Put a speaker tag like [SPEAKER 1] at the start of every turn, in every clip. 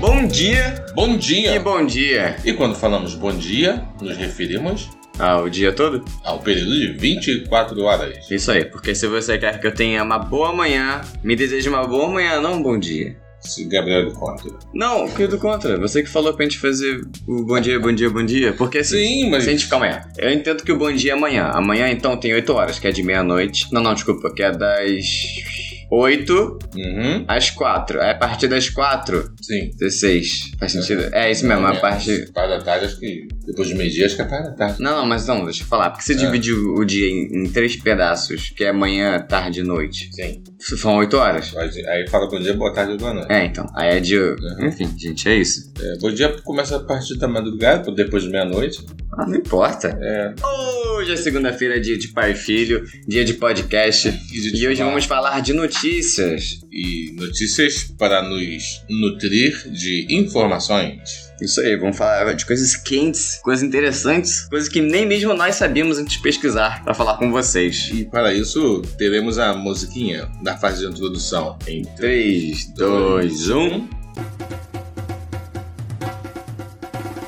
[SPEAKER 1] Bom dia
[SPEAKER 2] Bom dia!
[SPEAKER 3] E bom dia.
[SPEAKER 2] E quando falamos bom dia, nos referimos
[SPEAKER 3] Ah, o dia todo?
[SPEAKER 2] ao período de 24 horas.
[SPEAKER 3] Isso aí, porque se você quer que eu tenha uma boa manhã, me deseje uma boa manhã, não um bom dia.
[SPEAKER 2] Se Gabriel do Contra.
[SPEAKER 3] Não, que do contra. Você que falou pra gente fazer o bom dia, bom dia, bom dia. Porque assim,
[SPEAKER 2] Sim, mas.
[SPEAKER 3] se a gente ficar amanhã. Eu entendo que o bom dia é amanhã. Amanhã então tem 8 horas, que é de meia-noite. Não, não, desculpa, que é das 8
[SPEAKER 2] Uhum,
[SPEAKER 3] às 4. Aí a partir das 4,
[SPEAKER 2] sim.
[SPEAKER 3] 16. Faz sentido? É isso mesmo, a partir.
[SPEAKER 2] Parte da tarde, acho que. Depois de meio-dia, acho que é tarde da tarde.
[SPEAKER 3] Não, não, mas não, deixa eu falar. Porque você
[SPEAKER 2] É.
[SPEAKER 3] divide o o dia em, em três pedaços, que é manhã, tarde e noite.
[SPEAKER 2] Sim.
[SPEAKER 3] São oito horas?
[SPEAKER 2] Aí aí fala bom dia, boa tarde ou boa noite.
[SPEAKER 3] É, então. Aí é de. Enfim, gente, é isso.
[SPEAKER 2] É, bom dia começa a partir da madrugada, depois de meia-noite.
[SPEAKER 3] Ah, não importa.
[SPEAKER 2] É.
[SPEAKER 3] Hoje é segunda-feira, dia de pai e filho, dia de podcast. E hoje vamos falar de notícias.
[SPEAKER 2] E notícias para nos nutrir de informações.
[SPEAKER 3] Isso aí, vamos falar de coisas quentes, coisas interessantes, coisas que nem mesmo nós sabíamos antes de pesquisar pra falar com vocês.
[SPEAKER 2] E para isso, teremos a musiquinha da fase de introdução. Em
[SPEAKER 3] 3, 2, 1.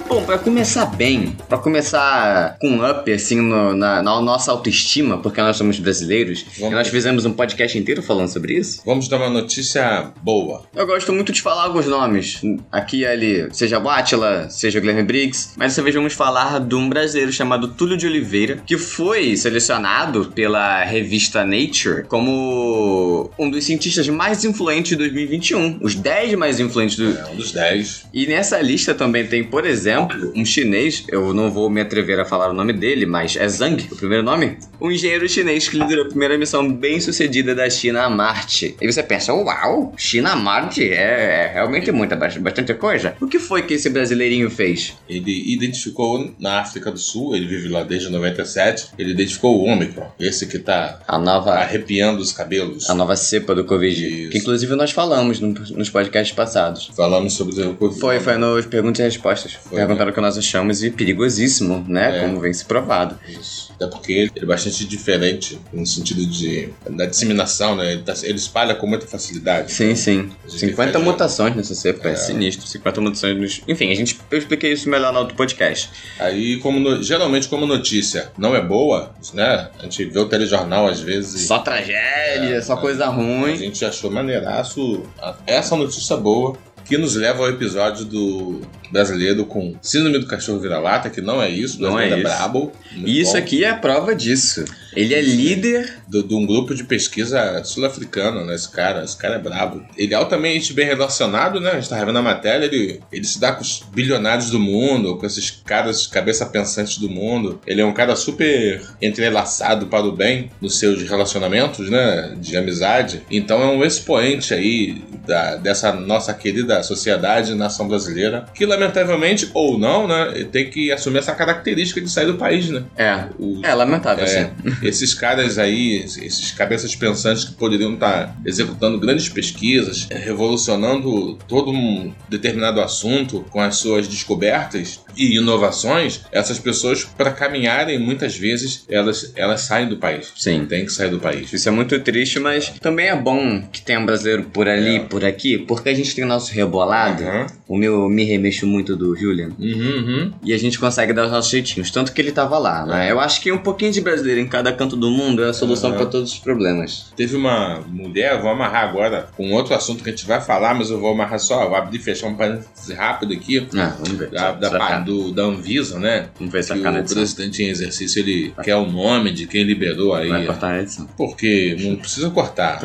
[SPEAKER 3] Bom, pra começar bem, pra começar com um up, assim, no- na, na nossa autoestima, porque nós somos brasileiros, e
[SPEAKER 2] Vamos.
[SPEAKER 3] nós fizemos um podcast inteiro falando sobre isso.
[SPEAKER 2] Vamos dar uma notícia boa.
[SPEAKER 3] Eu gosto muito de falar alguns nomes, aqui e ali, seja o Átila, seja o Guilherme Briggs, mas dessa vez vamos falar de um brasileiro chamado Túlio de Oliveira, que foi selecionado pela revista Nature como um dos cientistas mais influentes de 2021, os 10 mais influentes do,
[SPEAKER 2] É um dos 10.
[SPEAKER 3] e nessa lista também tem, por exemplo, um chinês, eu não vou me atrever a falar o nome dele, mas é Zhang, o primeiro nome. Um engenheiro chinês que liderou a primeira missão bem sucedida da China a Marte. E você pensa, uau, China a Marte é, é realmente muita, bastante coisa. O que foi que esse brasileirinho fez?
[SPEAKER 2] Ele identificou na África do Sul, ele vive lá desde 97, ele identificou o Ômicron. Esse que tá
[SPEAKER 3] A nova,
[SPEAKER 2] arrepiando os cabelos.
[SPEAKER 3] a nova cepa do Covid,
[SPEAKER 2] Isso.
[SPEAKER 3] que inclusive nós falamos no- nos podcasts passados.
[SPEAKER 2] Falamos sobre o Covid.
[SPEAKER 3] Foi, foi nos perguntas e respostas.
[SPEAKER 2] Foi,
[SPEAKER 3] Perguntaram o que nós achamos e perigosíssimo, né?
[SPEAKER 2] É.
[SPEAKER 3] Como vem se provado.
[SPEAKER 2] Isso. Até porque ele é bastante diferente no sentido de da disseminação, né? Ele, tá- ele espalha com muita facilidade.
[SPEAKER 3] Sim, sim.
[SPEAKER 2] Então, A gente
[SPEAKER 3] 50
[SPEAKER 2] tem que-
[SPEAKER 3] mutações nessa cepa, é.
[SPEAKER 2] É.
[SPEAKER 3] sinistro. 50 mutações nos... Enfim, a gente, eu expliquei isso melhor no outro podcast.
[SPEAKER 2] Aí, como no- geralmente, como notícia não é boa, né? A gente vê o telejornal às vezes.
[SPEAKER 3] Só tragédia,
[SPEAKER 2] É,
[SPEAKER 3] só
[SPEAKER 2] é.
[SPEAKER 3] coisa
[SPEAKER 2] A
[SPEAKER 3] ruim.
[SPEAKER 2] gente achou maneiraço a- essa notícia boa que nos leva ao episódio do brasileiro com síndrome do cachorro vira-lata, que não é isso, o
[SPEAKER 3] Não é
[SPEAKER 2] brasileiro
[SPEAKER 3] isso.
[SPEAKER 2] brabo. muito
[SPEAKER 3] E isso
[SPEAKER 2] bom,
[SPEAKER 3] aqui é a prova disso. Ele é líder.
[SPEAKER 2] do- De um grupo de pesquisa sul-africano, né? Esse cara, esse cara é brabo. Ele é altamente bem relacionado, né? A gente tá vendo a matéria, ele, ele se dá com os bilionários do mundo, com esses caras de cabeça pensantes do mundo. Ele é um cara super entrelaçado para o bem nos seus relacionamentos, né? De amizade. Então é um expoente aí da- dessa nossa querida sociedade, nação brasileira, que lamentavelmente, ou não, né? Tem que assumir essa característica de sair do país, né?
[SPEAKER 3] É.
[SPEAKER 2] O-
[SPEAKER 3] É lamentável,
[SPEAKER 2] É.
[SPEAKER 3] assim.
[SPEAKER 2] esses caras aí, esses cabeças pensantes que poderiam estar executando grandes pesquisas, é, revolucionando todo um determinado assunto com as suas descobertas e inovações, essas pessoas, para caminharem, muitas vezes, elas, elas saem do país.
[SPEAKER 3] Sim.
[SPEAKER 2] Tem que sair do país.
[SPEAKER 3] Isso é muito triste, mas também é bom que tenha um brasileiro por ali,
[SPEAKER 2] É.
[SPEAKER 3] por aqui, porque a gente tem o nosso rebolado.
[SPEAKER 2] Aham.
[SPEAKER 3] O meu me remexo muito do Julian.
[SPEAKER 2] Uhum, uhum.
[SPEAKER 3] E a gente consegue dar os nossos jeitinhos, tanto que ele tava lá, né? Eu acho que um pouquinho de brasileiro em cada canto do mundo é a solução
[SPEAKER 2] É. Aham.
[SPEAKER 3] pra todos os problemas.
[SPEAKER 2] Teve uma mulher, vou amarrar agora com outro assunto que a gente vai falar, mas eu vou amarrar só, vou abrir e fechar um parênteses rápido aqui.
[SPEAKER 3] Ah, vamos ver.
[SPEAKER 2] Da, da,
[SPEAKER 3] Sacana.
[SPEAKER 2] do, da Anvisa, né?
[SPEAKER 3] Vamos ver
[SPEAKER 2] que
[SPEAKER 3] essa cara
[SPEAKER 2] o presidente em exercício ele quer o nome de quem liberou aí.
[SPEAKER 3] Vai cortar a edição.
[SPEAKER 2] Porque não precisa cortar.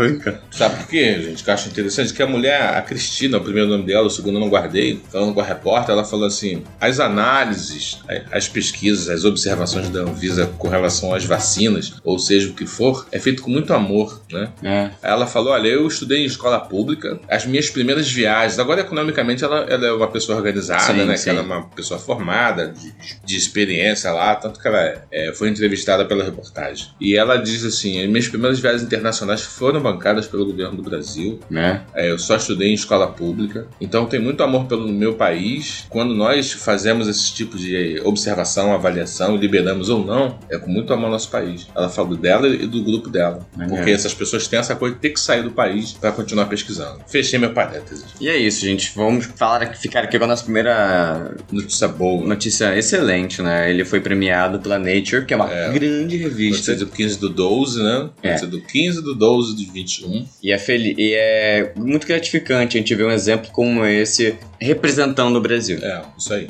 [SPEAKER 2] Sabe por quê, gente? Que eu acho interessante que a mulher, a Cristina, o primeiro nome dela, o segundo eu não guardei, falando com a repórter, ela falou assim: as análises, a- as pesquisas, as observações da Anvisa com relação às vacinas, ou seja, o que for, é feito com muito amor, né?
[SPEAKER 3] É.
[SPEAKER 2] Aí Ela falou: Olha, eu estudei em escola pública, as minhas primeiras viagens. Agora, economicamente, ela, ela é uma pessoa organizada,
[SPEAKER 3] Sim,
[SPEAKER 2] né?
[SPEAKER 3] sim.
[SPEAKER 2] Que ela é uma pessoa formada, de, de experiência lá. Tanto que ela é, foi entrevistada pela reportagem. E ela diz assim: As minhas primeiras viagens internacionais foram bancadas pelo governo do Brasil.
[SPEAKER 3] Né?
[SPEAKER 2] É, eu só estudei em escola pública. Então, tem muito amor gestão pelo meu país. Quando nós fazemos esse tipo de observação, avaliação, liberamos ou não, é com muito amor ao nosso país. Ela falou dela e do grupo dela.
[SPEAKER 3] Maneiro.
[SPEAKER 2] Porque essas pessoas têm essa coisa de ter que sair do país para continuar pesquisando. Fechei meu parênteses.
[SPEAKER 3] E é isso, gente. Vamos falar, ficar aqui com a nossa primeira
[SPEAKER 2] Notícia boa.
[SPEAKER 3] notícia excelente, né? Ele foi premiado pela Nature, que é uma
[SPEAKER 2] É.
[SPEAKER 3] grande revista.
[SPEAKER 2] Notícia do 15 do 12, né?
[SPEAKER 3] É.
[SPEAKER 2] Notícia do 15 do 12 do 21.
[SPEAKER 3] E é, fel- e é muito gratificante a gente ver um exemplo como esse representando o Brasil.
[SPEAKER 2] É, isso aí.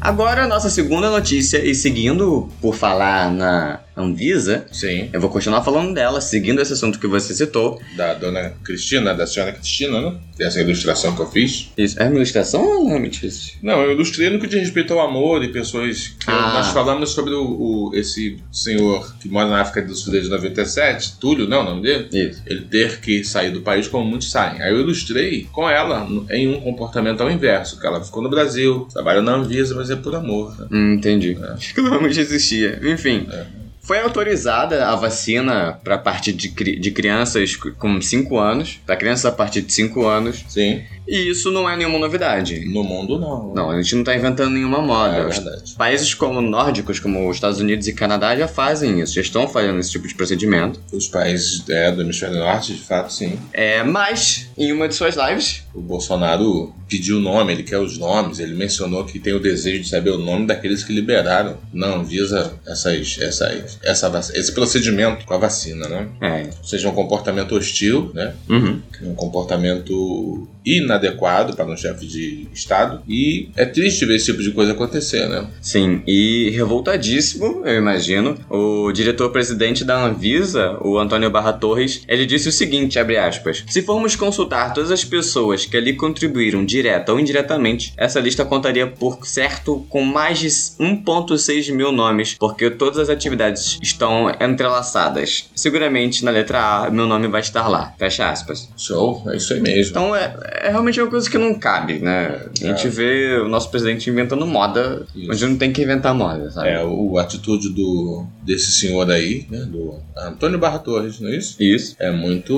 [SPEAKER 3] Agora, a nossa segunda notícia, e seguindo por falar na Anvisa,
[SPEAKER 2] Sim.
[SPEAKER 3] eu vou continuar falando dela, seguindo esse assunto que você citou.
[SPEAKER 2] Da dona Cristina, da senhora Cristina, né? Dessa ilustração que eu fiz.
[SPEAKER 3] Isso, é uma ilustração ou não é uma notícia?
[SPEAKER 2] Não, eu ilustrei no que diz respeito ao amor e pessoas. que
[SPEAKER 3] Ah.
[SPEAKER 2] Nós falamos sobre o, o- esse senhor que mora na África do Sul desde 97, Túlio, não é o nome dele?
[SPEAKER 3] Isso.
[SPEAKER 2] ele ter que sair do país como muitos saem. Aí eu ilustrei com ela no- em um comportamento ao inverso, que ela ficou no Brasil, trabalhou na Anvisa, mas é por amor. né?
[SPEAKER 3] Hum, entendi. Acho que realmente existia. Enfim.
[SPEAKER 2] É.
[SPEAKER 3] Foi autorizada a vacina para partir de, cri- de crianças com 5 anos, para crianças a partir de 5 anos,
[SPEAKER 2] Sim.
[SPEAKER 3] e isso não é nenhuma novidade.
[SPEAKER 2] No mundo, não.
[SPEAKER 3] Não, a gente não tá inventando nenhuma moda.
[SPEAKER 2] É
[SPEAKER 3] Os
[SPEAKER 2] verdade.
[SPEAKER 3] Países como nórdicos, como os Estados Unidos e Canadá, já fazem isso, já estão fazendo esse tipo de procedimento.
[SPEAKER 2] Os países é, do hemisfério norte, de fato, sim.
[SPEAKER 3] É, mas, em uma de suas lives,
[SPEAKER 2] O Bolsonaro pediu o nome, ele quer os nomes, ele mencionou que tem o desejo de saber o nome daqueles que liberaram na Anvisa essas, essas, essa, vac- esse procedimento com a vacina, né?
[SPEAKER 3] é,
[SPEAKER 2] Ou seja, um comportamento hostil, né?
[SPEAKER 3] uhum,
[SPEAKER 2] um comportamento inadequado para um chefe de Estado. E é triste ver esse tipo de coisa acontecer, né?
[SPEAKER 3] sim, e revoltadíssimo, eu imagino, o diretor-presidente da Anvisa, o Antônio Barra Torres, ele disse o seguinte, abre aspas, se formos consultar todas as pessoas que ali contribuíram direta ou indiretamente, essa lista contaria por certo com mais de 1.6 mil nomes, porque todas as atividades estão entrelaçadas. Seguramente, na letra A, meu nome vai estar lá. Fecha aspas.
[SPEAKER 2] Show, é isso aí mesmo.
[SPEAKER 3] Então, é, é realmente uma coisa que não cabe, né? A gente
[SPEAKER 2] É.
[SPEAKER 3] vê o nosso presidente inventando moda,
[SPEAKER 2] Isso.
[SPEAKER 3] onde não tem que inventar moda, sabe?
[SPEAKER 2] É, o a atitude do, desse senhor aí, né? Do Antônio Barra Torres, não é isso?
[SPEAKER 3] Isso.
[SPEAKER 2] É muito.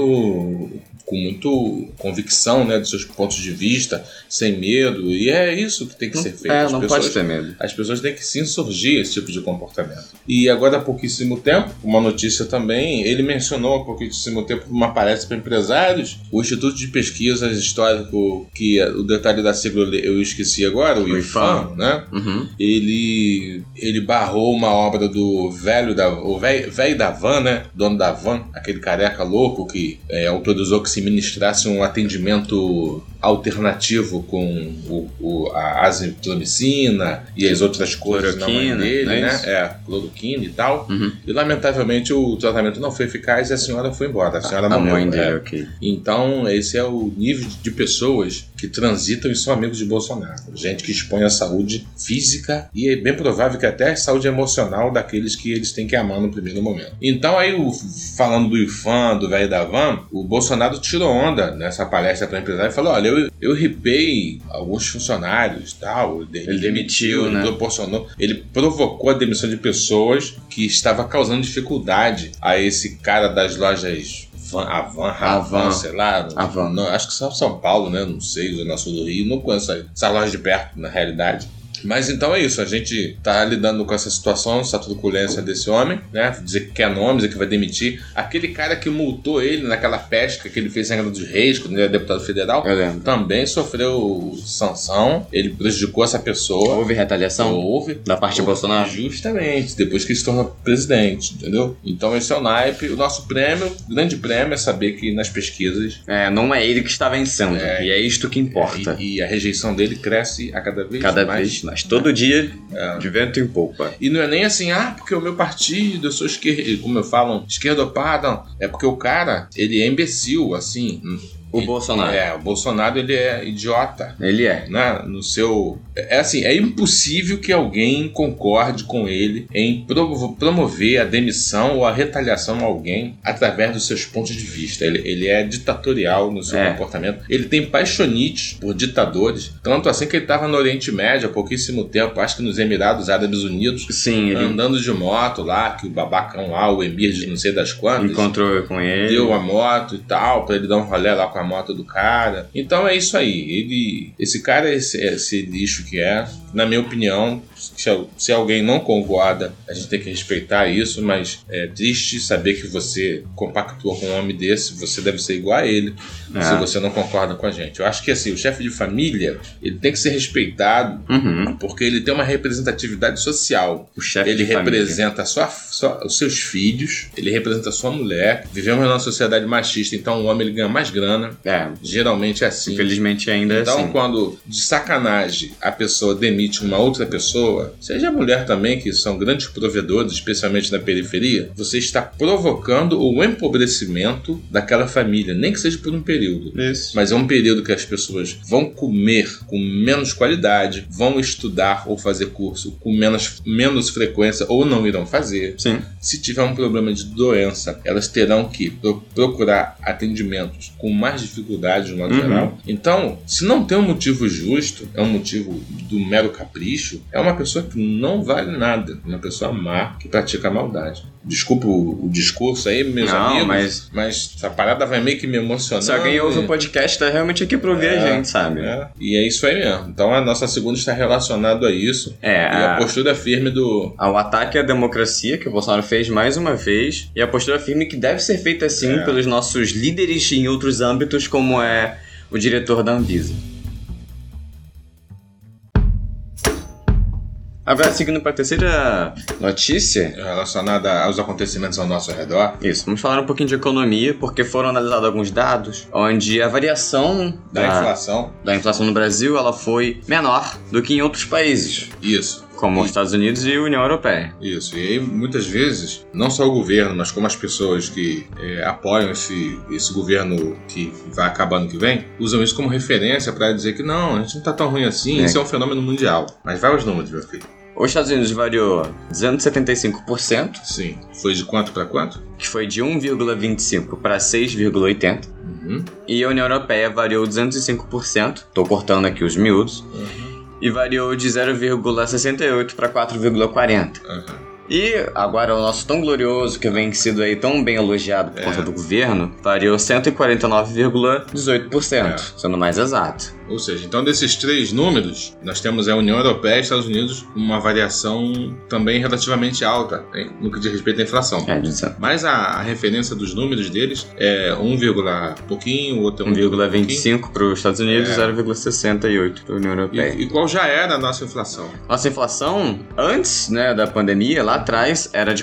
[SPEAKER 2] com muito convicção, né? Dos seus pontos de vista, sem medo. E é isso que tem que ser feito.
[SPEAKER 3] é,
[SPEAKER 2] As
[SPEAKER 3] não
[SPEAKER 2] pessoas-
[SPEAKER 3] pode ter medo.
[SPEAKER 2] As pessoas têm que se insurgir a esse tipo de comportamento. E agora há pouquíssimo tempo, uma notícia também, ele mencionou há pouquíssimo tempo uma palestra para empresários, o Instituto de Pesquisas Histórico, que é o detalhe da sigla eu esqueci agora, o
[SPEAKER 3] O
[SPEAKER 2] IFAM, né?
[SPEAKER 3] Uhum.
[SPEAKER 2] Ele, ele barrou uma obra do velho da o velho, velho da van, né? Dono da van, aquele careca louco que é, autorizou que se ministrasse um atendimento alternativo com o, o- a azitromicina e as outras coisas na mãe
[SPEAKER 3] Cloroquina,
[SPEAKER 2] dele,
[SPEAKER 3] não é
[SPEAKER 2] né?
[SPEAKER 3] isso?
[SPEAKER 2] É, cloroquina e tal.
[SPEAKER 3] Uhum.
[SPEAKER 2] E lamentavelmente o tratamento não foi eficaz e a senhora foi embora. A senhora
[SPEAKER 3] A
[SPEAKER 2] morreu.
[SPEAKER 3] mãe dele,
[SPEAKER 2] é.
[SPEAKER 3] ok.
[SPEAKER 2] Então, esse é o nível de pessoas que transitam e são amigos de Bolsonaro. Gente que expõe a saúde física e é bem provável que até a saúde emocional daqueles que eles têm que amar no primeiro momento. Então, aí, o- falando do IFAM, do velho da van, o Bolsonaro tirou onda nessa palestra para empresário e falou: olha, eu, eu ripei alguns funcionários tal.
[SPEAKER 3] Ele demitiu,
[SPEAKER 2] ele
[SPEAKER 3] né?
[SPEAKER 2] proporcionou, ele provocou a demissão de pessoas que estava causando dificuldade a esse cara das lojas Van, Avan, Ravan,
[SPEAKER 3] Avan.
[SPEAKER 2] sei lá.
[SPEAKER 3] Avan.
[SPEAKER 2] Não, acho que só São Paulo, né? Não sei, Zona Sul do Rio, não conheço essa- essa loja de perto, na realidade. Mas então é isso, a gente tá lidando com essa situação, essa truculência desse homem, né? Dizer que quer nome, dizer que vai demitir. Aquele cara que multou ele naquela pesca que ele fez em Angra dos Reis, quando ele era deputado federal,
[SPEAKER 3] Eu lembro.
[SPEAKER 2] também sofreu sanção, ele prejudicou essa pessoa.
[SPEAKER 3] Houve retaliação
[SPEAKER 2] Houve.
[SPEAKER 3] da parte de Bolsonaro?
[SPEAKER 2] Justamente, depois que ele se torna presidente, entendeu? Então esse é o naipe. O nosso prêmio, o grande prêmio é saber que nas pesquisas
[SPEAKER 3] É, não é ele que está vencendo.
[SPEAKER 2] É.
[SPEAKER 3] E é isto que importa.
[SPEAKER 2] e, e a rejeição dele cresce a cada vez
[SPEAKER 3] Cada
[SPEAKER 2] mais. É.
[SPEAKER 3] vez mais. Todo dia, de vento em polpa.
[SPEAKER 2] E não é nem assim, ah, porque o meu partido, eu sou esquerdo, como eu falo, esquerdopada. É porque o cara, ele é imbecil, assim.
[SPEAKER 3] O Bolsonaro.
[SPEAKER 2] É, o Bolsonaro ele é idiota.
[SPEAKER 3] Ele é.
[SPEAKER 2] né, no seu. É assim, é impossível que alguém concorde com ele em provo- promover a demissão ou a retaliação a alguém através dos seus pontos de vista. Ele, ele é ditatorial no seu
[SPEAKER 3] É.
[SPEAKER 2] comportamento. Ele tem paixonite por ditadores, tanto assim que ele estava no Oriente Médio há pouquíssimo tempo, acho que nos Emirados Árabes Unidos,
[SPEAKER 3] Sim, ele
[SPEAKER 2] andando de moto lá, que o babacão lá, o emir de não sei das quantas
[SPEAKER 3] encontrou eu com ele.
[SPEAKER 2] deu a moto e tal, pra ele dar um rolê lá com a moto do cara. Então é isso aí. Ele, esse cara, esse, esse lixo que é, na minha opinião, se, al- se alguém não concorda, a gente tem que respeitar isso, mas é triste saber que você compactua com um homem desse, você deve ser igual a ele,
[SPEAKER 3] É.
[SPEAKER 2] se você não concorda com a gente. Eu acho que assim, o chefe de família, ele tem que ser respeitado,
[SPEAKER 3] Uhum.
[SPEAKER 2] porque ele tem uma representatividade social.
[SPEAKER 3] O chefe
[SPEAKER 2] Ele
[SPEAKER 3] É, de família.
[SPEAKER 2] representa sua, sua- os seus filhos, ele representa sua mulher. Vivemos numa sociedade machista, então o homem ele ganha mais grana.
[SPEAKER 3] É,
[SPEAKER 2] Geralmente é assim.
[SPEAKER 3] infelizmente ainda é
[SPEAKER 2] Então,
[SPEAKER 3] assim.
[SPEAKER 2] quando de sacanagem a pessoa demite uma outra pessoa, seja a mulher também, que são grandes provedores, especialmente na periferia, você está provocando o empobrecimento daquela família, nem que seja por um período.
[SPEAKER 3] Isso.
[SPEAKER 2] Mas é um período que as pessoas vão comer com menos qualidade, vão estudar ou fazer curso com menos, menos frequência ou não irão fazer.
[SPEAKER 3] Sim.
[SPEAKER 2] Se tiver um problema de doença, elas terão que pro- procurar atendimentos com mais dificuldade de um modo
[SPEAKER 3] Uhum.
[SPEAKER 2] geral. Então, se não tem um motivo justo, é um motivo do mero capricho, é uma pessoa que não vale nada, uma pessoa má que pratica maldade. Desculpa o, o discurso aí, meus
[SPEAKER 3] Não,
[SPEAKER 2] amigos,
[SPEAKER 3] mas-
[SPEAKER 2] mas essa parada vai meio que me emocionando.
[SPEAKER 3] Se alguém ouve o podcast, tá realmente aqui pra ouvir
[SPEAKER 2] É.
[SPEAKER 3] a gente, sabe? É,
[SPEAKER 2] É, e é isso aí mesmo. Então a nossa segunda está relacionada a isso. E a
[SPEAKER 3] É, a-
[SPEAKER 2] postura firme do.
[SPEAKER 3] ao ataque à democracia que o Bolsonaro fez mais uma vez e a postura firme que deve ser feita assim
[SPEAKER 2] É.
[SPEAKER 3] pelos nossos líderes em outros âmbitos, como é o diretor da Anvisa. Agora, seguindo para a terceira notícia,
[SPEAKER 2] relacionada aos acontecimentos ao nosso redor.
[SPEAKER 3] isso, vamos falar um pouquinho de economia, porque foram analisados alguns dados onde a variação
[SPEAKER 2] Da
[SPEAKER 3] da,
[SPEAKER 2] inflação.
[SPEAKER 3] da inflação no Brasil ela foi menor do que em outros países,
[SPEAKER 2] Isso.
[SPEAKER 3] como os Estados Unidos e a União Europeia.
[SPEAKER 2] Isso. E aí, muitas vezes, não só o governo, mas como as pessoas que é, apoiam esse, esse governo que vai acabar no que vem, usam isso como referência para dizer que não, a gente não tá tão ruim assim,
[SPEAKER 3] É.
[SPEAKER 2] isso é um fenômeno mundial. Mas vai os números, meu filho.
[SPEAKER 3] Os Estados Unidos variou 275%,
[SPEAKER 2] Sim. Foi de quanto para quanto?
[SPEAKER 3] que foi de 1,25 para 6,80.
[SPEAKER 2] Uhum.
[SPEAKER 3] E a União Europeia variou 205%, tô cortando aqui os miúdos,
[SPEAKER 2] Uhum.
[SPEAKER 3] e variou de 0,68 para 4,40.
[SPEAKER 2] Uhum.
[SPEAKER 3] E agora o nosso tão glorioso, que vem sido aí tão bem elogiado por
[SPEAKER 2] É.
[SPEAKER 3] conta do governo, variou 149,18%,
[SPEAKER 2] É.
[SPEAKER 3] sendo mais exato.
[SPEAKER 2] Ou seja, então desses três números, nós temos a União Europeia e Estados Unidos com uma variação também relativamente alta hein, no que diz respeito à inflação.
[SPEAKER 3] É, dizendo.
[SPEAKER 2] Mas a, a referência dos números deles é 1, vírgula pouquinho, o outro é 1, vírgula pouquinho.
[SPEAKER 3] 1,25 para os Estados Unidos,
[SPEAKER 2] É.
[SPEAKER 3] 0,68 para a União Europeia.
[SPEAKER 2] E, igual já era a nossa inflação.
[SPEAKER 3] Nossa inflação, antes né, da pandemia, lá atrás, era de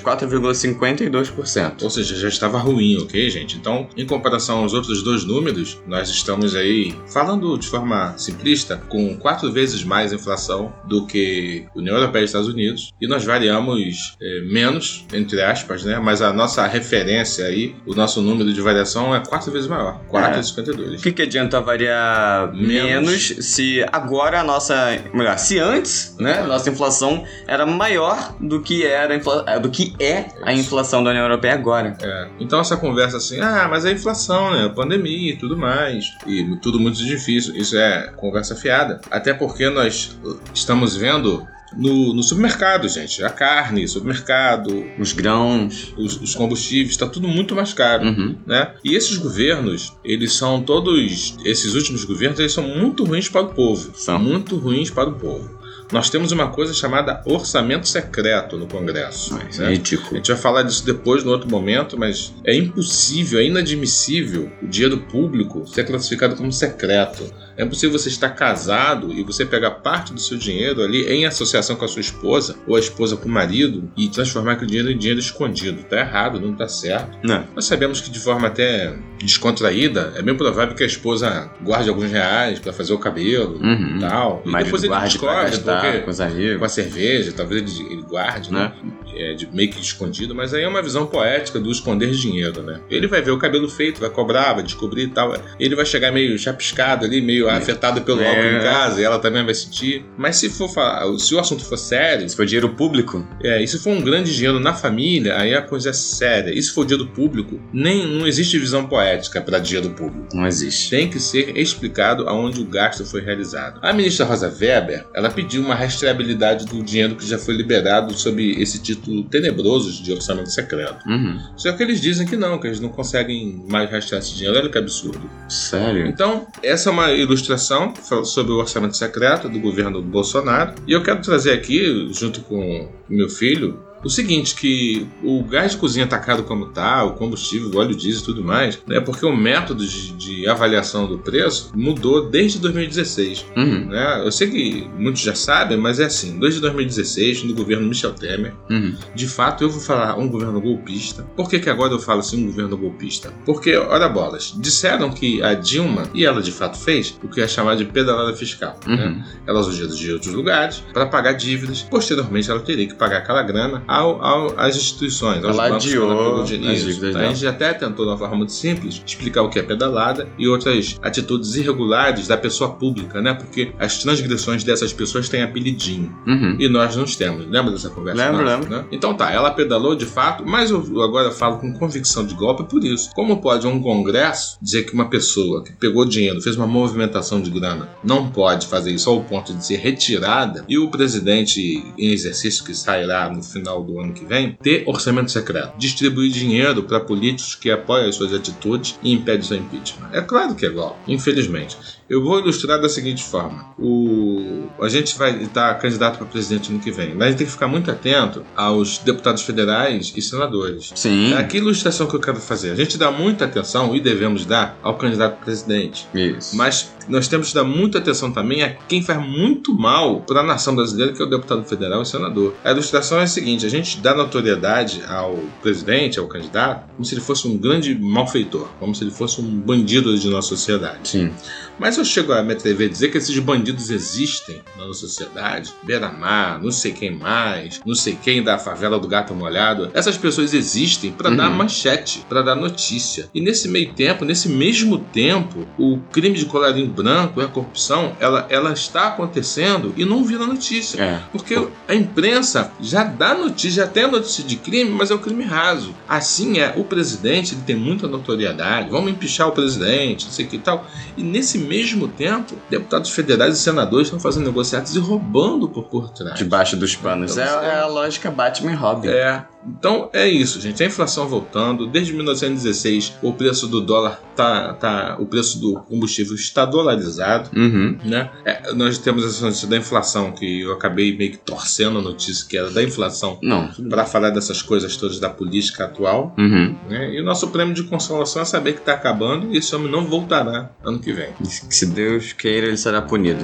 [SPEAKER 3] 4,52%.
[SPEAKER 2] Ou seja, já estava ruim, ok, gente? Então, em comparação aos outros dois números, nós estamos aí, falando de forma simplista, com quatro vezes mais inflação do que União Europeia e Estados Unidos. E nós variamos eh, menos, entre aspas, né? Mas a nossa referência aí, o nosso número de variação é quatro vezes maior.
[SPEAKER 3] O
[SPEAKER 2] 4,52.
[SPEAKER 3] que, que adianta variar
[SPEAKER 2] Menos.
[SPEAKER 3] menos. se agora a nossa. Melhor, se antes, né? a Nossa inflação era maior do que era a infla- eh, do que é a
[SPEAKER 2] Isso.
[SPEAKER 3] inflação da União Europeia agora.
[SPEAKER 2] É, Então essa conversa assim, ah, mas a inflação, né, a pandemia e tudo mais, e tudo muito difícil, isso é conversa fiada. Até porque nós eh, estamos vendo no, no supermercado, gente, a carne, supermercado,
[SPEAKER 3] Os grãos.
[SPEAKER 2] os, os combustíveis, está tudo muito mais caro
[SPEAKER 3] Uhum.
[SPEAKER 2] né? E esses governos, eles são todos, esses últimos governos, eles são muito ruins para o povo.
[SPEAKER 3] São.
[SPEAKER 2] Muito ruins para o povo. Nós temos uma coisa chamada orçamento secreto no Congresso.
[SPEAKER 3] Ah, isso
[SPEAKER 2] né?
[SPEAKER 3] é
[SPEAKER 2] A
[SPEAKER 3] ridículo.
[SPEAKER 2] gente vai falar disso depois, no outro momento, mas é impossível, é inadmissível o dinheiro público ser classificado como secreto. É possível você estar casado e você pegar parte do seu dinheiro ali em associação com a sua esposa ou a esposa com o marido e transformar aquele dinheiro em dinheiro escondido. Tá errado, não tá certo.
[SPEAKER 3] Não.
[SPEAKER 2] Nós sabemos que de forma até descontraída, é bem provável que a esposa guarde alguns reais para fazer o cabelo
[SPEAKER 3] Uhum.
[SPEAKER 2] e tal.
[SPEAKER 3] O
[SPEAKER 2] E
[SPEAKER 3] marido
[SPEAKER 2] depois ele
[SPEAKER 3] guarde pra
[SPEAKER 2] descobre,
[SPEAKER 3] gastar
[SPEAKER 2] porque
[SPEAKER 3] com os
[SPEAKER 2] com a
[SPEAKER 3] amigos.
[SPEAKER 2] cerveja, talvez ele, ele guarde,
[SPEAKER 3] Né?
[SPEAKER 2] né? É, de, meio que escondido, mas aí é uma visão poética do esconder dinheiro, né? Ele vai ver o cabelo feito, vai cobrar, vai descobrir e tal. Ele vai chegar meio chapiscado ali, meio afetado pelo
[SPEAKER 3] É.
[SPEAKER 2] álcool em casa, e ela também vai sentir. Mas se for falar, se o assunto for sério,
[SPEAKER 3] Se for dinheiro público,
[SPEAKER 2] é, e se for um grande dinheiro na família, aí a coisa é séria. E se for dinheiro público, nem, não existe visão poética para dinheiro público
[SPEAKER 3] não existe.
[SPEAKER 2] tem que ser explicado aonde o gasto foi realizado. A ministra Rosa Weber, ela pediu uma rastreabilidade do dinheiro que já foi liberado sob esse título tenebroso de orçamento secreto.
[SPEAKER 3] Uhum.
[SPEAKER 2] Só que eles dizem que não, que eles não conseguem mais rastrear esse dinheiro. Olha que absurdo.
[SPEAKER 3] Sério?
[SPEAKER 2] Então, essa é uma ilustração fa- sobre o orçamento secreto do governo do Bolsonaro. E eu quero trazer aqui, junto com meu filho, o seguinte, que o gás de cozinha tá caro como tá, o combustível, o óleo diesel e tudo mais, né? Porque o método de, de avaliação do preço mudou desde 2016.
[SPEAKER 3] Uhum.
[SPEAKER 2] Né? Eu sei que muitos já sabem, mas é assim, desde 2016, no governo Michel Temer,
[SPEAKER 3] Uhum.
[SPEAKER 2] de fato, eu vou falar um governo golpista. Por que, que agora eu falo assim um governo golpista? Porque, ora bolas, disseram que a Dilma, e ela de fato fez, o que é chamado de pedalada fiscal. Né?
[SPEAKER 3] Uhum.
[SPEAKER 2] Ela usou dinheiro de outros lugares para pagar dívidas. Posteriormente, ela teria que pagar aquela grana ao- ao- às instituições, aos
[SPEAKER 3] Ela
[SPEAKER 2] bancos. que
[SPEAKER 3] adiou
[SPEAKER 2] pegou
[SPEAKER 3] as
[SPEAKER 2] dinheiro.
[SPEAKER 3] dívidas
[SPEAKER 2] Então, A gente até tentou, de uma forma muito simples, explicar o que é pedalada e outras atitudes irregulares da pessoa pública, né? Porque as transgressões dessas pessoas têm apelidinho.
[SPEAKER 3] Uhum.
[SPEAKER 2] E nós nos temos. Lembra dessa conversa?
[SPEAKER 3] Lembro,
[SPEAKER 2] nossa,
[SPEAKER 3] lembro.
[SPEAKER 2] né? Então tá, ela pedalou de fato, mas eu agora falo com convicção de golpe por isso. Como pode um congresso dizer que uma pessoa que pegou dinheiro, fez uma movimentação de grana, não pode fazer isso ao ponto de ser retirada e o presidente em exercício que sairá no final do ano que vem ter orçamento secreto, distribuir dinheiro para políticos que apoiam as suas atitudes e impede seu impeachment? É claro que é golpe, infelizmente. Eu vou ilustrar da seguinte forma: o a gente vai estar candidato para presidente ano que vem, mas a gente tem que ficar muito atento aos deputados federais e senadores.
[SPEAKER 3] Sim.
[SPEAKER 2] É que ilustração que eu quero fazer. A gente dá muita atenção e devemos dar ao candidato a presidente.
[SPEAKER 3] Isso.
[SPEAKER 2] Mas nós temos que dar muita atenção também a quem faz muito mal para a nação brasileira, que é o deputado federal e senador. A ilustração é a seguinte: a gente dá notoriedade ao presidente, ao candidato, como se ele fosse um grande malfeitor, como se ele fosse um bandido de nossa sociedade.
[SPEAKER 3] Sim.
[SPEAKER 2] Mas eu chego a me atrever a dizer que esses bandidos existem na nossa sociedade. Beira-mar, não sei quem mais, não sei quem da favela do gato molhado. Essas pessoas existem para dar
[SPEAKER 3] Uhum.
[SPEAKER 2] manchete, para dar notícia. E nesse meio tempo, nesse mesmo tempo, o crime de colarinho branco e a corrupção, ela, ela está acontecendo e não vira notícia.
[SPEAKER 3] É.
[SPEAKER 2] Porque a imprensa já dá notícia, já tem a notícia de crime, mas é o crime raso. Assim é, o presidente ele tem muita notoriedade, vamos empichar o presidente, não sei o que e tal. E nesse mesmo tempo, deputados federais e senadores estão fazendo negociados e roubando por, por trás.
[SPEAKER 3] Debaixo dos panos. É, é a lógica Batman e Robin.
[SPEAKER 2] É, então é isso, gente. A inflação voltando. Desde 1916, o preço do dólar tá, tá o preço do combustível está dolarizado
[SPEAKER 3] Uhum.
[SPEAKER 2] né? É, nós temos essa notícia da inflação, que eu acabei meio que torcendo a notícia que era da inflação
[SPEAKER 3] Não.
[SPEAKER 2] para falar dessas coisas todas da política atual.
[SPEAKER 3] Uhum.
[SPEAKER 2] Né? E o nosso prêmio de consolação é saber que está acabando e esse homem não voltará ano que vem.
[SPEAKER 3] Que se Deus queira, ele será punido.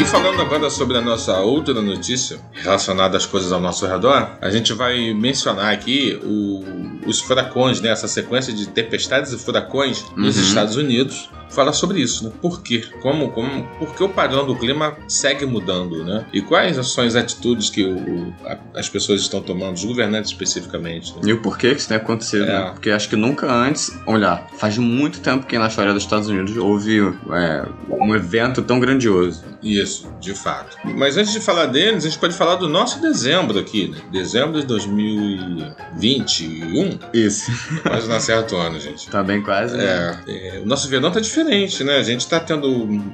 [SPEAKER 2] E falando agora sobre a nossa outra notícia relacionada às coisas ao nosso redor, a gente vai mencionar aqui o- os furacões, né? Essa sequência de tempestades e furacões nos
[SPEAKER 3] Uhum.
[SPEAKER 2] Estados Unidos. Falar sobre isso, né? Por quê? Como, como, por que o padrão do clima segue mudando, né? E quais são as atitudes que o- o- a- as pessoas estão tomando, os governantes especificamente, né?
[SPEAKER 3] E o porquê que isso tem acontecido,
[SPEAKER 2] É.
[SPEAKER 3] né? Porque acho que nunca antes, olha, faz muito tempo que na história dos Estados Unidos houve é, um evento tão grandioso.
[SPEAKER 2] Isso, de fato. Mas antes de falar deles, a gente pode falar do nosso dezembro aqui, né? Dezembro de 2021,
[SPEAKER 3] Isso.
[SPEAKER 2] Quase não acerta o ano, gente.
[SPEAKER 3] Tá bem quase. né?
[SPEAKER 2] É, é, o nosso verão tá diferente, né? A gente tá tendo.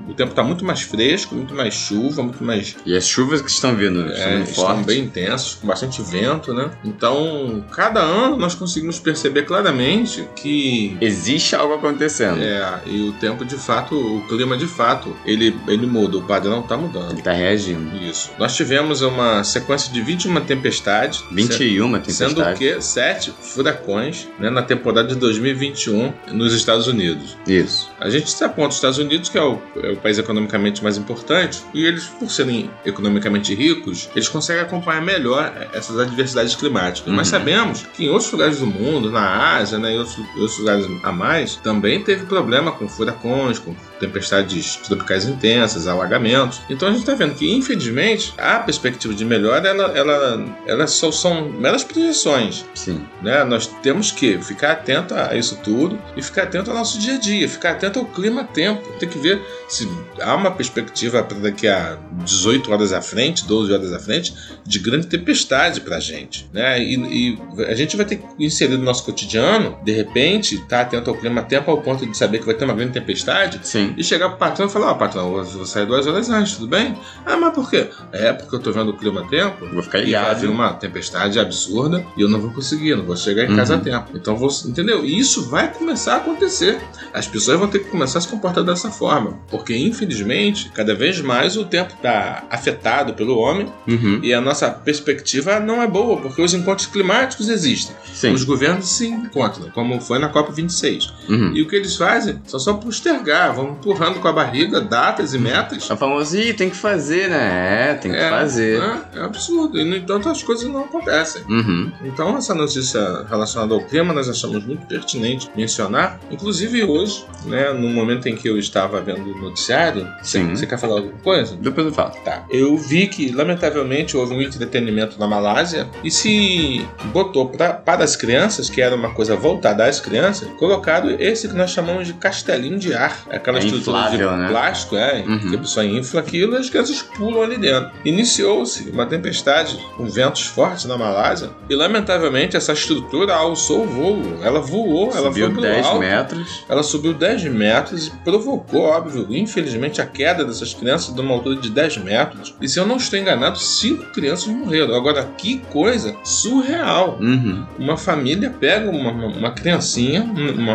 [SPEAKER 2] O tempo tá muito mais fresco, muito mais chuva, muito mais
[SPEAKER 3] E as chuvas que estão vindo estão
[SPEAKER 2] É,
[SPEAKER 3] muito
[SPEAKER 2] estão
[SPEAKER 3] fortes.
[SPEAKER 2] bem intensos, com bastante vento, né? Então, cada ano nós conseguimos perceber claramente que
[SPEAKER 3] Existe algo acontecendo.
[SPEAKER 2] é, e o tempo de fato, o clima de fato, ele, ele muda, o padrão tá mudando.
[SPEAKER 3] Ele tá reagindo.
[SPEAKER 2] Isso. Nós tivemos uma sequência de 21 tempestades.
[SPEAKER 3] 21
[SPEAKER 2] se- Sendo
[SPEAKER 3] tempestades.
[SPEAKER 2] que sete furacões né, na temporada de 2021 nos Estados Unidos.
[SPEAKER 3] Isso.
[SPEAKER 2] A gente se aponta os Estados Unidos, que é o, é o país economicamente mais importante, e eles, por serem economicamente ricos, eles conseguem acompanhar melhor essas adversidades climáticas. Mas
[SPEAKER 3] Uhum.
[SPEAKER 2] sabemos que em outros lugares do mundo, na Ásia, né, em outros, em outros lugares a mais, também teve problema com furacões, com tempestades tropicais intensas, alagamentos. Então a gente está vendo que, infelizmente, a perspectiva de melhora, ela, ela, ela só são meras projeções
[SPEAKER 3] Sim.
[SPEAKER 2] né? Nós temos que ficar atento a isso tudo e ficar atento ao nosso dia a dia, ficar atento ao clima-tempo. Tem que ver se há uma perspectiva para daqui a 18 horas à frente, 12 horas à frente, de grande tempestade para a gente, né? E, e a gente vai ter que inserir no nosso cotidiano, de repente, estar atento ao clima-tempo ao ponto de saber que vai ter uma grande tempestade
[SPEAKER 3] Sim.
[SPEAKER 2] e chegar pro patrão e falar: Ó, patrão, eu vou sair duas horas antes, tudo bem? Ah, mas por quê? É porque eu tô vendo o clima-tempo
[SPEAKER 3] Vou ficar
[SPEAKER 2] e vai
[SPEAKER 3] ligado.
[SPEAKER 2] vir uma tempestade absurda e eu não vou conseguir, não vou chegar em casa
[SPEAKER 3] Uhum.
[SPEAKER 2] a tempo. Então vou, entendeu? E isso vai começar a acontecer. As pessoas vão ter que começar a se comportar dessa forma, porque infelizmente, cada vez mais o tempo está afetado pelo homem
[SPEAKER 3] Uhum.
[SPEAKER 2] e a nossa perspectiva não é boa, porque os encontros climáticos existem.
[SPEAKER 3] Sim.
[SPEAKER 2] Os governos se encontram, como foi na COP 26.
[SPEAKER 3] Uhum.
[SPEAKER 2] E o que eles fazem são só postergar, vão empurrando com a barriga datas e metas
[SPEAKER 3] É o famoso, ih, tem que fazer, né? É, tem que
[SPEAKER 2] É,
[SPEAKER 3] fazer.
[SPEAKER 2] né? É absurdo. E, no entanto, as coisas não acontecem.
[SPEAKER 3] Uhum.
[SPEAKER 2] Então, essa notícia relacionada ao clima nós achamos muito pertinente mencionar. Inclusive, hoje, né, no momento em que eu estava vendo o noticiário,
[SPEAKER 3] Sim.
[SPEAKER 2] você quer falar alguma coisa?
[SPEAKER 3] Depois eu falo.
[SPEAKER 2] Tá. Eu vi que, lamentavelmente, houve um entretenimento na Malásia e se botou pra, para as crianças, que era uma coisa voltada às crianças, colocado esse que nós chamamos de castelinho de ar. Aquela
[SPEAKER 3] É
[SPEAKER 2] estrutura
[SPEAKER 3] inflável,
[SPEAKER 2] de
[SPEAKER 3] né?
[SPEAKER 2] plástico, é,
[SPEAKER 3] Uhum.
[SPEAKER 2] que a pessoa infla aquilo e as crianças pulam ali dentro. Iniciou-se uma tempestade com ventos fortes na Malásia e, lamentavelmente, essa estrutura alçou o voo. Ela voou, ela
[SPEAKER 3] Subiu
[SPEAKER 2] foi pro
[SPEAKER 3] 10
[SPEAKER 2] alto.
[SPEAKER 3] metros.
[SPEAKER 2] Ela subiu 10 metros e provocou, óbvio, infelizmente, a queda dessas crianças de uma altura de 10 metros. E se eu não estou enganado, cinco crianças morreram. Agora, que coisa surreal!
[SPEAKER 3] Uhum.
[SPEAKER 2] Uma família pega uma, uma, uma criancinha, uma, uma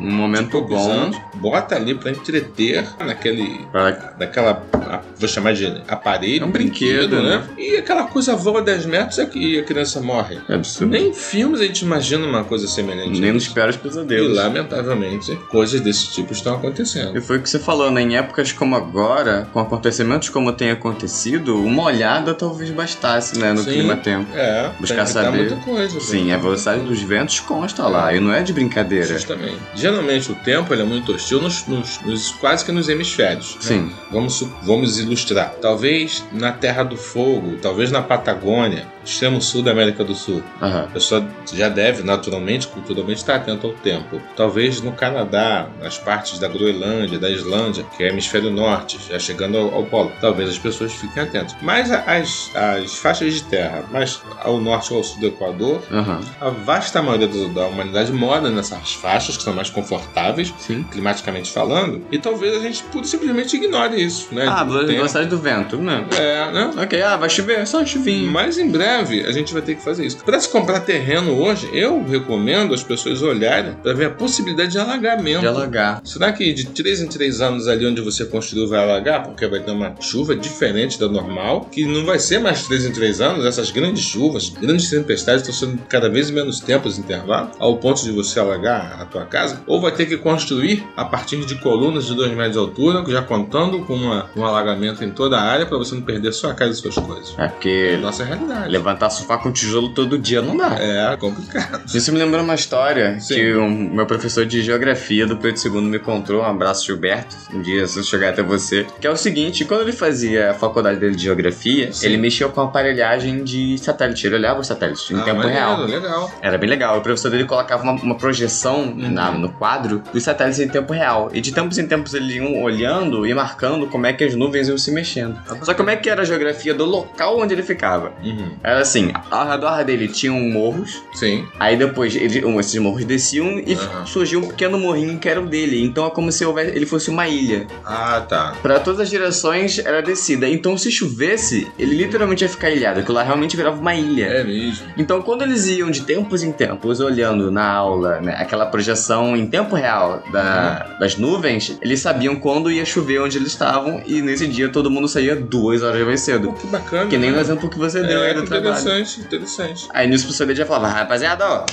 [SPEAKER 3] Um momento
[SPEAKER 2] poucos
[SPEAKER 3] bom
[SPEAKER 2] anos, bota ali para entreter naquele
[SPEAKER 3] pra
[SPEAKER 2] daquela, a- vou chamar de aparelho,
[SPEAKER 3] É um brinquedo, né?
[SPEAKER 2] E aquela coisa voa 10 metros e a- e a criança morre.
[SPEAKER 3] É absurdo.
[SPEAKER 2] Nem em filmes a gente imagina uma coisa semelhante. né?
[SPEAKER 3] Nem nos piores pesadelos.
[SPEAKER 2] E lamentavelmente, coisas desse tipo estão acontecendo.
[SPEAKER 3] E foi o que você falou, né? Em épocas como agora, com acontecimentos como tem acontecido, uma olhada talvez bastasse, né? No
[SPEAKER 2] Sim.
[SPEAKER 3] clima-tempo.
[SPEAKER 2] É,
[SPEAKER 3] Buscar
[SPEAKER 2] tem que
[SPEAKER 3] saber.
[SPEAKER 2] dar muita coisa.
[SPEAKER 3] Sim, é
[SPEAKER 2] né?
[SPEAKER 3] a velocidade dos ventos consta lá, e não é de brincadeira.
[SPEAKER 2] Justamente. Geralmente o tempo ele é muito hostil nos, nos- nos- quase que nos hemisférios. né?
[SPEAKER 3] Sim.
[SPEAKER 2] Vamos, su- vamos ilustrar. Talvez na Terra do Fogo, talvez na Patagônia, extremo sul da América do Sul.
[SPEAKER 3] Aham.
[SPEAKER 2] A pessoa já deve, naturalmente, culturalmente, estar atento ao tempo. Talvez no Canadá, nas partes da Groenlândia, da Islândia, que é o hemisfério norte, já chegando ao, ao polo, talvez as pessoas fiquem atentas. Mas a- as, as faixas de terra, mais ao norte ou ao sul do Equador,
[SPEAKER 3] Aham.
[SPEAKER 2] a vasta maioria do- da humanidade mora nessas faixas, que são mais confortáveis,
[SPEAKER 3] Sim.
[SPEAKER 2] climaticamente falando, e talvez a gente pura e simplesmente ignore isso, né?
[SPEAKER 3] Ah, a
[SPEAKER 2] Do tempo.
[SPEAKER 3] velocidade do vento, né?
[SPEAKER 2] É, né?
[SPEAKER 3] Ok, ah, vai chover, só chuvinho.
[SPEAKER 2] Mas em breve a gente vai ter que fazer isso. Para se comprar terreno hoje, eu recomendo as pessoas olharem para ver a possibilidade de alagamento.
[SPEAKER 3] De alagar.
[SPEAKER 2] Será que de 3 em 3 anos ali onde você construiu vai alagar? Porque vai ter uma chuva diferente da normal, que não vai ser mais 3 em 3 anos. Essas grandes chuvas, grandes tempestades estão sendo cada vez menos tempos de intervalo, ao ponto de você alagar a tua casa. Ou vai ter que construir a partir de colunas de 2 metros de altura, já contando com uma- um alagamento em toda a área para você não perder sua casa e suas coisas.
[SPEAKER 3] É
[SPEAKER 2] É
[SPEAKER 3] porque
[SPEAKER 2] nossa realidade.
[SPEAKER 3] levantar sofá com tijolo todo dia não dá.
[SPEAKER 2] É complicado.
[SPEAKER 3] Isso me lembrou uma história
[SPEAKER 2] Sim.
[SPEAKER 3] que o meu professor de geografia do Pedro II me contou. Um abraço, Gilberto. Um dia, se eu chegar até você. Que é o seguinte: quando ele fazia a faculdade dele de geografia,
[SPEAKER 2] Sim.
[SPEAKER 3] ele mexia com a aparelhagem de satélite. Ele olhava os satélites em
[SPEAKER 2] Ah,
[SPEAKER 3] tempo
[SPEAKER 2] maneiro,
[SPEAKER 3] real.
[SPEAKER 2] Legal.
[SPEAKER 3] Era bem legal. O professor dele colocava uma, uma projeção
[SPEAKER 2] Uhum.
[SPEAKER 3] na- no quadro dos satélites em tempo real. E de tempos em tempos ele iam olhando e
[SPEAKER 2] Ah,
[SPEAKER 3] marcando como é que as nuvens iam se mexendo. Só como é que era a geografia do local onde ele ficava.
[SPEAKER 2] Uhum.
[SPEAKER 3] Era assim, ao redor dele tinham morros,
[SPEAKER 2] Sim.
[SPEAKER 3] aí depois ele- um, esses morros desciam e
[SPEAKER 2] Aham.
[SPEAKER 3] surgiu um pequeno morrinho que era o dele. Então é como se houvesse- ele fosse uma ilha.
[SPEAKER 2] Ah, tá.
[SPEAKER 3] Pra todas as direções era descida. Então se chovesse, ele literalmente ia ficar ilhado. Aquilo lá realmente virava uma ilha.
[SPEAKER 2] É mesmo.
[SPEAKER 3] Então, quando eles iam de tempos em tempos olhando na aula, né, aquela projeção em tempo real da- das nuvens, eles sabiam quando ia chover onde eles estavam e nesse dia todo mundo saía duas horas mais cedo.
[SPEAKER 2] Pô, que bacana.
[SPEAKER 3] Que nem o
[SPEAKER 2] né?
[SPEAKER 3] exemplo que você deu aí
[SPEAKER 2] é,
[SPEAKER 3] do trabalho.
[SPEAKER 2] interessante, interessante.
[SPEAKER 3] Aí nisso o professor já falava, rapaziada, ó,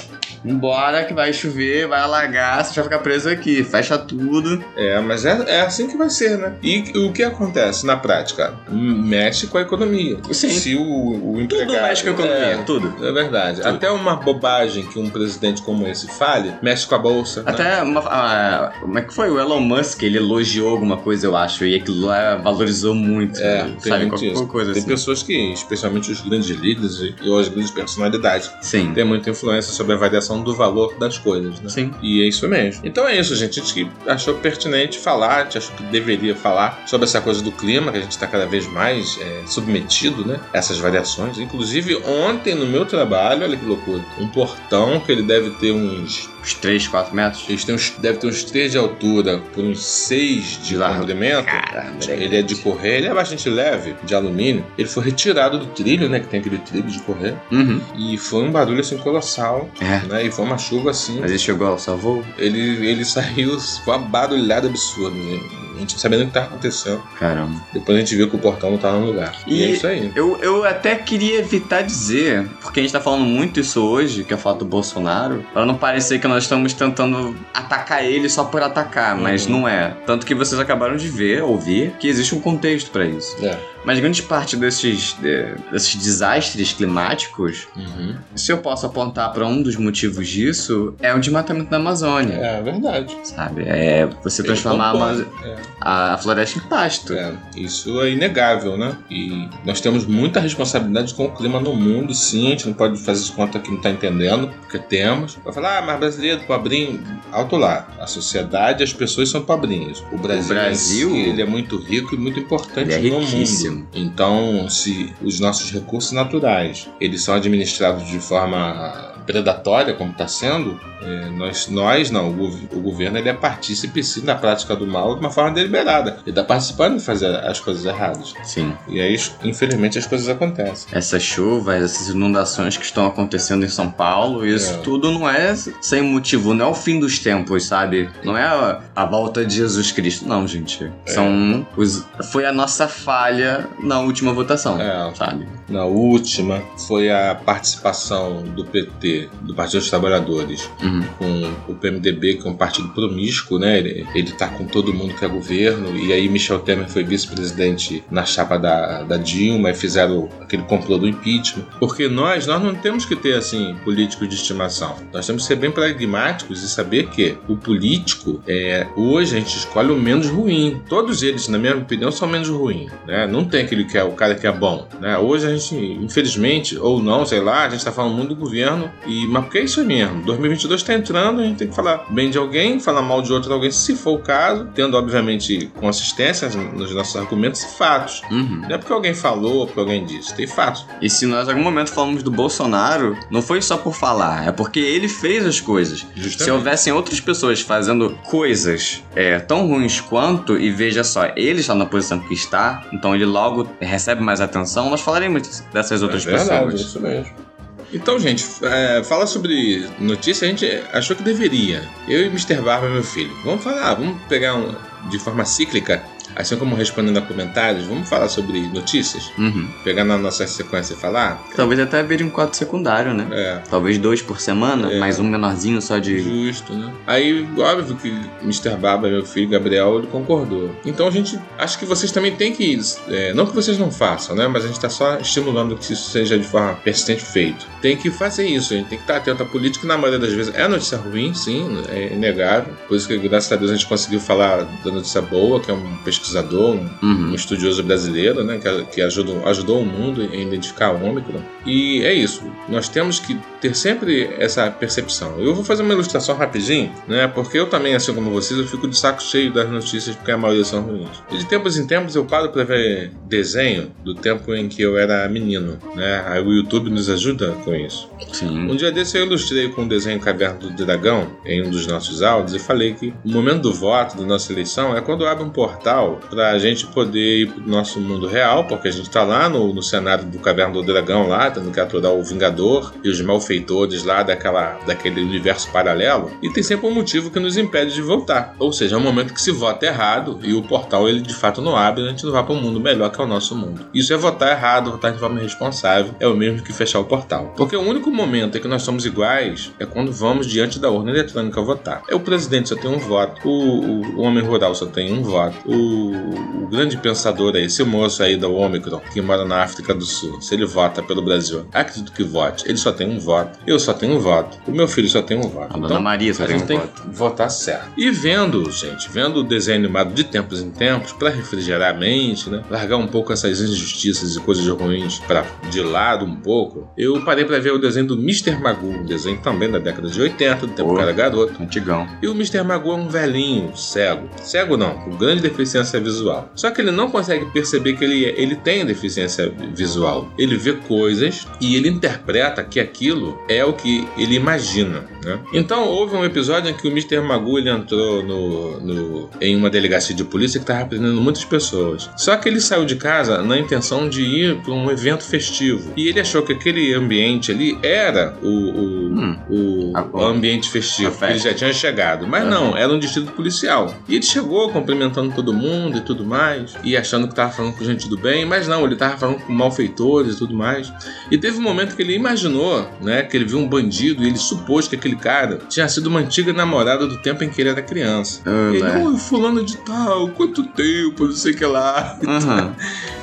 [SPEAKER 3] embora que vai chover, vai alagar, você vai ficar preso aqui, fecha tudo.
[SPEAKER 2] É, mas é, é assim que vai ser, né? E o que acontece na prática? Mexe com a economia.
[SPEAKER 3] Sim.
[SPEAKER 2] Se o, o
[SPEAKER 3] Tudo
[SPEAKER 2] empregado...
[SPEAKER 3] mexe com a economia,
[SPEAKER 2] É,
[SPEAKER 3] tudo.
[SPEAKER 2] É verdade.
[SPEAKER 3] Tudo.
[SPEAKER 2] Até uma bobagem que um presidente como esse fale, mexe com a bolsa. né?
[SPEAKER 3] Até uma. a- como é que foi? O Elon Musk, ele elogiou alguma coisa, eu acho, e aquilo lá valorizou muito.
[SPEAKER 2] É,
[SPEAKER 3] né?
[SPEAKER 2] tem
[SPEAKER 3] sabe?
[SPEAKER 2] muito
[SPEAKER 3] Qualquer
[SPEAKER 2] isso.
[SPEAKER 3] coisa
[SPEAKER 2] Tem
[SPEAKER 3] assim.
[SPEAKER 2] pessoas que, especialmente os grandes líderes e e as grandes personalidades,
[SPEAKER 3] Sim.
[SPEAKER 2] têm muita influência sobre a variação do valor das coisas, né?
[SPEAKER 3] Sim.
[SPEAKER 2] E é isso mesmo. Então é isso, gente. A gente que achou pertinente falar, a gente achou que deveria falar sobre essa coisa do clima, que a gente está cada vez mais é, submetido, né? a Essas variações. Inclusive, ontem no meu trabalho, olha que loucura, um portão que ele deve ter uns.
[SPEAKER 3] Uns 3, 4 metros.
[SPEAKER 2] Eles têm uns deve ter uns 3 de altura por uns 6 de
[SPEAKER 3] Largo.
[SPEAKER 2] comprimento.
[SPEAKER 3] Caramba,
[SPEAKER 2] Ele é de correr, ele é bastante leve, de alumínio. Ele foi retirado do trilho, né? Que tem aquele trilho de correr.
[SPEAKER 3] Uhum.
[SPEAKER 2] E foi um barulho assim colossal,
[SPEAKER 3] É.
[SPEAKER 2] né? E foi uma chuva assim.
[SPEAKER 3] Mas ele chegou ao salvou?
[SPEAKER 2] Ele, ele saiu com uma barulhada absurda. Né? A gente não sabia nem o que estava acontecendo.
[SPEAKER 3] Caramba.
[SPEAKER 2] Depois a gente viu que o portão não estava no lugar. E,
[SPEAKER 3] E-
[SPEAKER 2] é isso aí.
[SPEAKER 3] Eu, eu até queria evitar dizer, porque a gente tá falando muito isso hoje, que é a foto do Bolsonaro, pra não parecer que nós estamos tentando atacar ele só por atacar, mas
[SPEAKER 2] Uhum.
[SPEAKER 3] não é. Tanto que vocês acabaram de ver, ouvir, que existe um contexto pra isso.
[SPEAKER 2] É.
[SPEAKER 3] Mas grande parte desses, eh, desses desastres climáticos,
[SPEAKER 2] Uhum.
[SPEAKER 3] se eu posso apontar pra um dos motivos disso, é o desmatamento da Amazônia.
[SPEAKER 2] é verdade.
[SPEAKER 3] Sabe? É você
[SPEAKER 2] Eu
[SPEAKER 3] transformar a,
[SPEAKER 2] concordo.
[SPEAKER 3] Amazônia. a floresta em pasto.
[SPEAKER 2] É, isso é inegável, né? E nós temos muita responsabilidade com o clima no mundo, sim. A gente não pode fazer de conta que não tá entendendo, porque temos. Vai falar, ah, mas brasileiro, pobrinho. Alto lá. A sociedade, as pessoas são pobrinhas. O Brasil, em
[SPEAKER 3] Brasil-
[SPEAKER 2] si, ele é muito rico e muito importante
[SPEAKER 3] Ele é
[SPEAKER 2] no
[SPEAKER 3] riquíssimo.
[SPEAKER 2] mundo. Então, se os nossos recursos naturais, eles são administrados de forma predatória, como está sendo, é, nós, nós não, o, gov- o governo ele é partícipe sim da prática do mal de uma forma deliberada. Ele está participando de fazer as coisas erradas.
[SPEAKER 3] Sim.
[SPEAKER 2] E aí, infelizmente, as coisas acontecem.
[SPEAKER 3] Essas chuvas, essas inundações que estão acontecendo em São Paulo, isso
[SPEAKER 2] É.
[SPEAKER 3] tudo não é sem motivo, não é o fim dos tempos, sabe? Não é a, a volta de Jesus Cristo, não, gente.
[SPEAKER 2] É.
[SPEAKER 3] São os, foi a nossa falha na última votação,
[SPEAKER 2] É,
[SPEAKER 3] sabe?
[SPEAKER 2] na última foi a participação do PT, do Partido dos Trabalhadores,
[SPEAKER 3] Uhum.
[SPEAKER 2] com o PMDB, que é um partido promíscuo, né? Ele, ele tá com todo mundo que é governo. E aí Michel Temer foi vice-presidente na chapa da, da Dilma e fizeram aquele complô do impeachment. Porque nós, nós não temos que ter, assim, políticos de estimação. Nós temos que ser bem pragmáticos e saber que o político, é, hoje a gente escolhe o menos ruim. Todos eles, na minha opinião, são menos ruim, né? Não tem aquele que é o cara que é bom, né? Hoje a gente, infelizmente, ou não, sei lá, a gente tá falando muito do governo e... Mas porque é isso mesmo. 2022 tá entrando, a gente tem que falar bem de alguém, falar mal de outro de alguém, se for o caso, tendo, obviamente, consistência nos nossos argumentos e fatos.
[SPEAKER 3] Uhum.
[SPEAKER 2] Não é porque alguém falou ou porque alguém disse, tem fatos.
[SPEAKER 3] E se nós em algum momento falamos do Bolsonaro, não foi só por falar, é porque ele fez as coisas. Se houvessem outras pessoas fazendo coisas é, tão ruins quanto, e veja só, ele está na posição que está, então ele logo recebe mais atenção, nós falaremos dessas outras
[SPEAKER 2] é verdade, é
[SPEAKER 3] pessoas.
[SPEAKER 2] isso mesmo. Então, gente, f- é, fala sobre notícia, a gente achou que deveria. Eu e Mr. Barba, meu filho. Vamos falar, vamos pegar um- de forma cíclica, assim como respondendo a comentários, vamos falar sobre notícias?
[SPEAKER 3] Uhum.
[SPEAKER 2] Pegar na nossa sequência e falar?
[SPEAKER 3] Talvez até vire um quadro secundário, né?
[SPEAKER 2] É.
[SPEAKER 3] Talvez dois por semana,
[SPEAKER 2] É.
[SPEAKER 3] mais um menorzinho só de.
[SPEAKER 2] Justo, né? Aí, óbvio que Mr. Barba, meu filho, Gabriel, ele concordou. Então a gente. Acho que vocês também têm que. é, não que vocês não façam, né? Mas a gente tá só estimulando que isso seja de forma persistente feito. Tem que fazer isso, a gente tem que estar atento à política, que na maioria das vezes é notícia ruim, sim, é inegável. Por isso que, graças a Deus, a gente conseguiu falar da notícia boa, que é uma pesquisa pesquisador, um,
[SPEAKER 3] Uhum.
[SPEAKER 2] um estudioso brasileiro, né, que, que ajudou, ajudou o mundo em identificar o Ômicron. E é isso, nós temos que ter sempre essa percepção. Eu vou fazer uma ilustração rapidinho, né, porque eu também, assim como vocês, eu fico de saco cheio das notícias, porque a maioria são ruins. E de tempos em tempos eu paro para ver desenho do tempo em que eu era menino, né, aí o YouTube nos ajuda com isso.
[SPEAKER 3] Sim.
[SPEAKER 2] Um dia desse eu ilustrei com o desenho Caverna do Dragão em um dos nossos áudios e falei que o momento do voto da nossa eleição é quando abre um portal para a gente poder ir pro nosso mundo real, porque a gente tá lá no, no cenário do Caverna do Dragão lá, tendo que aturar o Vingador e os malfeitores lá daquela, daquele universo paralelo, e tem sempre um motivo que nos impede de voltar. Ou seja, é um momento que se vota errado e o portal ele de fato não abre, e a gente não vai para um mundo melhor que é o nosso mundo. Isso é votar errado, votar de forma irresponsável, é o mesmo que fechar o portal. Porque o único momento em que nós somos iguais é quando vamos diante da urna eletrônica votar. É o presidente só tem um voto, o, o- o homem rural só tem um voto, o, o grande pensador aí, esse moço aí da Omicron, que mora na África do Sul, se ele vota pelo Brasil, acredito que vote, ele só tem um voto, eu só tenho um voto, o meu filho só tem um voto.
[SPEAKER 3] A Dona Maria só
[SPEAKER 2] A
[SPEAKER 3] tem um
[SPEAKER 2] gente tem
[SPEAKER 3] voto.
[SPEAKER 2] que votar certo. E vendo, gente, vendo o desenho animado de tempos em tempos, pra refrigerar a mente, né? Largar um pouco essas injustiças e coisas ruins pra de lado um pouco, eu parei pra ver o desenho do Mr. Magoo, um desenho também da década de 80, do tempo
[SPEAKER 3] Pô.
[SPEAKER 2] que eu era garoto. né?
[SPEAKER 3] Antigão.
[SPEAKER 2] E o Mr. Magoo é um velhinho, cego. Cego não, com grande deficiência visual. Só que ele não consegue perceber que ele, é, ele tem deficiência visual. Ele vê coisas e ele interpreta que aquilo é o que ele imagina. Né? Então houve um episódio em que o Mr. Magoo ele entrou no, no- em uma delegacia de polícia que estava prendendo muitas pessoas. Só que ele saiu de casa na intenção de ir para um evento festivo. E ele achou que aquele ambiente ali era o- o,
[SPEAKER 3] Hum.
[SPEAKER 2] o
[SPEAKER 3] Ah, bom.
[SPEAKER 2] ambiente festivo,
[SPEAKER 3] A
[SPEAKER 2] porque ele
[SPEAKER 3] festa.
[SPEAKER 2] já tinha chegado. Mas
[SPEAKER 3] Aham.
[SPEAKER 2] não, era um distrito policial. E ele chegou cumprimentando todo mundo e tudo mais, e achando que tava falando com gente do bem, mas não, ele tava falando com malfeitores e tudo mais. E teve um momento que ele imaginou, né, que ele viu um bandido e ele supôs que aquele cara tinha sido uma antiga namorada do tempo em que ele era criança. E ele,
[SPEAKER 3] Aham.
[SPEAKER 2] "Oi, fulano de tal, quanto tempo, não sei o que lá.
[SPEAKER 3] Aham.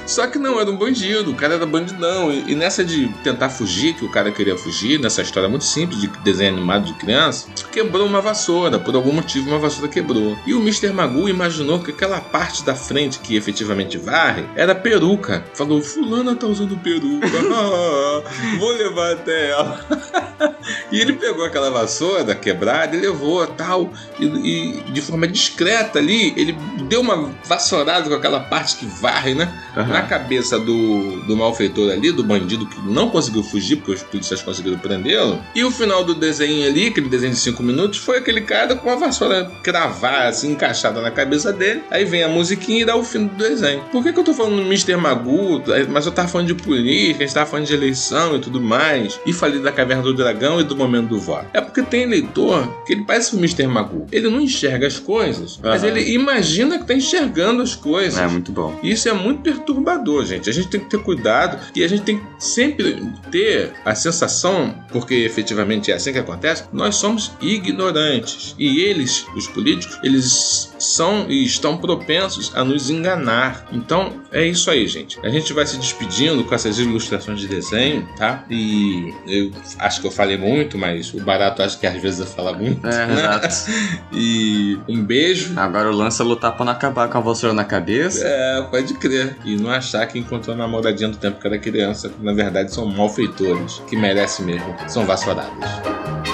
[SPEAKER 2] Só que não, era um bandido, o cara era bandidão. E, e nessa de tentar fugir, que o cara queria fugir, nessa história muito simples de desenho animado de criança, quebrou uma vassoura. Por algum motivo, uma vassoura quebrou. E o Mr. Magoo imaginou que aquela parte da frente que efetivamente varre era peruca. Falou: Fulana tá usando peruca, ah, vou levar até ela. E ele pegou aquela vassoura quebrada e levou tal. E, e de forma discreta ali, ele deu uma vassourada com aquela parte que varre, né? Na cabeça do, do malfeitor ali, do bandido que não conseguiu fugir, porque os policiais conseguiram prendê-lo. E o final do desenho ali, aquele desenho de 5 minutos, foi aquele cara com a vassoura cravada, assim, encaixada na cabeça dele. Aí vem a musiquinha e dá o fim do desenho. Por que, que eu tô falando do Mr. Magoo? Mas eu tava falando de política, a gente tava falando de eleição e tudo mais. E falei da Caverna do Dragão e do Momento do Voto. É porque tem eleitor que ele parece o Mr. Magoo. Ele não enxerga as coisas, mas
[SPEAKER 3] Aham.
[SPEAKER 2] ele imagina que tá enxergando as coisas.
[SPEAKER 3] É muito bom.
[SPEAKER 2] E Isso é muito perturbador, gente. A gente tem que ter cuidado e a gente tem que sempre ter a sensação, porque efetivamente é assim que acontece, nós somos ignorantes. E eles, os políticos, eles são e estão propensos a nos enganar. Então, é isso aí, gente. A gente vai se despedindo com essas ilustrações de desenho, tá? E eu acho que eu falei muito, mas o barato acho que às vezes eu falo muito.
[SPEAKER 3] É,
[SPEAKER 2] né?
[SPEAKER 3] exato.
[SPEAKER 2] E um beijo.
[SPEAKER 3] Agora o lance é lutar pra não acabar com a vassoura na cabeça.
[SPEAKER 2] É, pode crer. E não achar que encontrou namoradinha do tempo que era criança, que na verdade são malfeitores, que merecem mesmo, são vassouradas.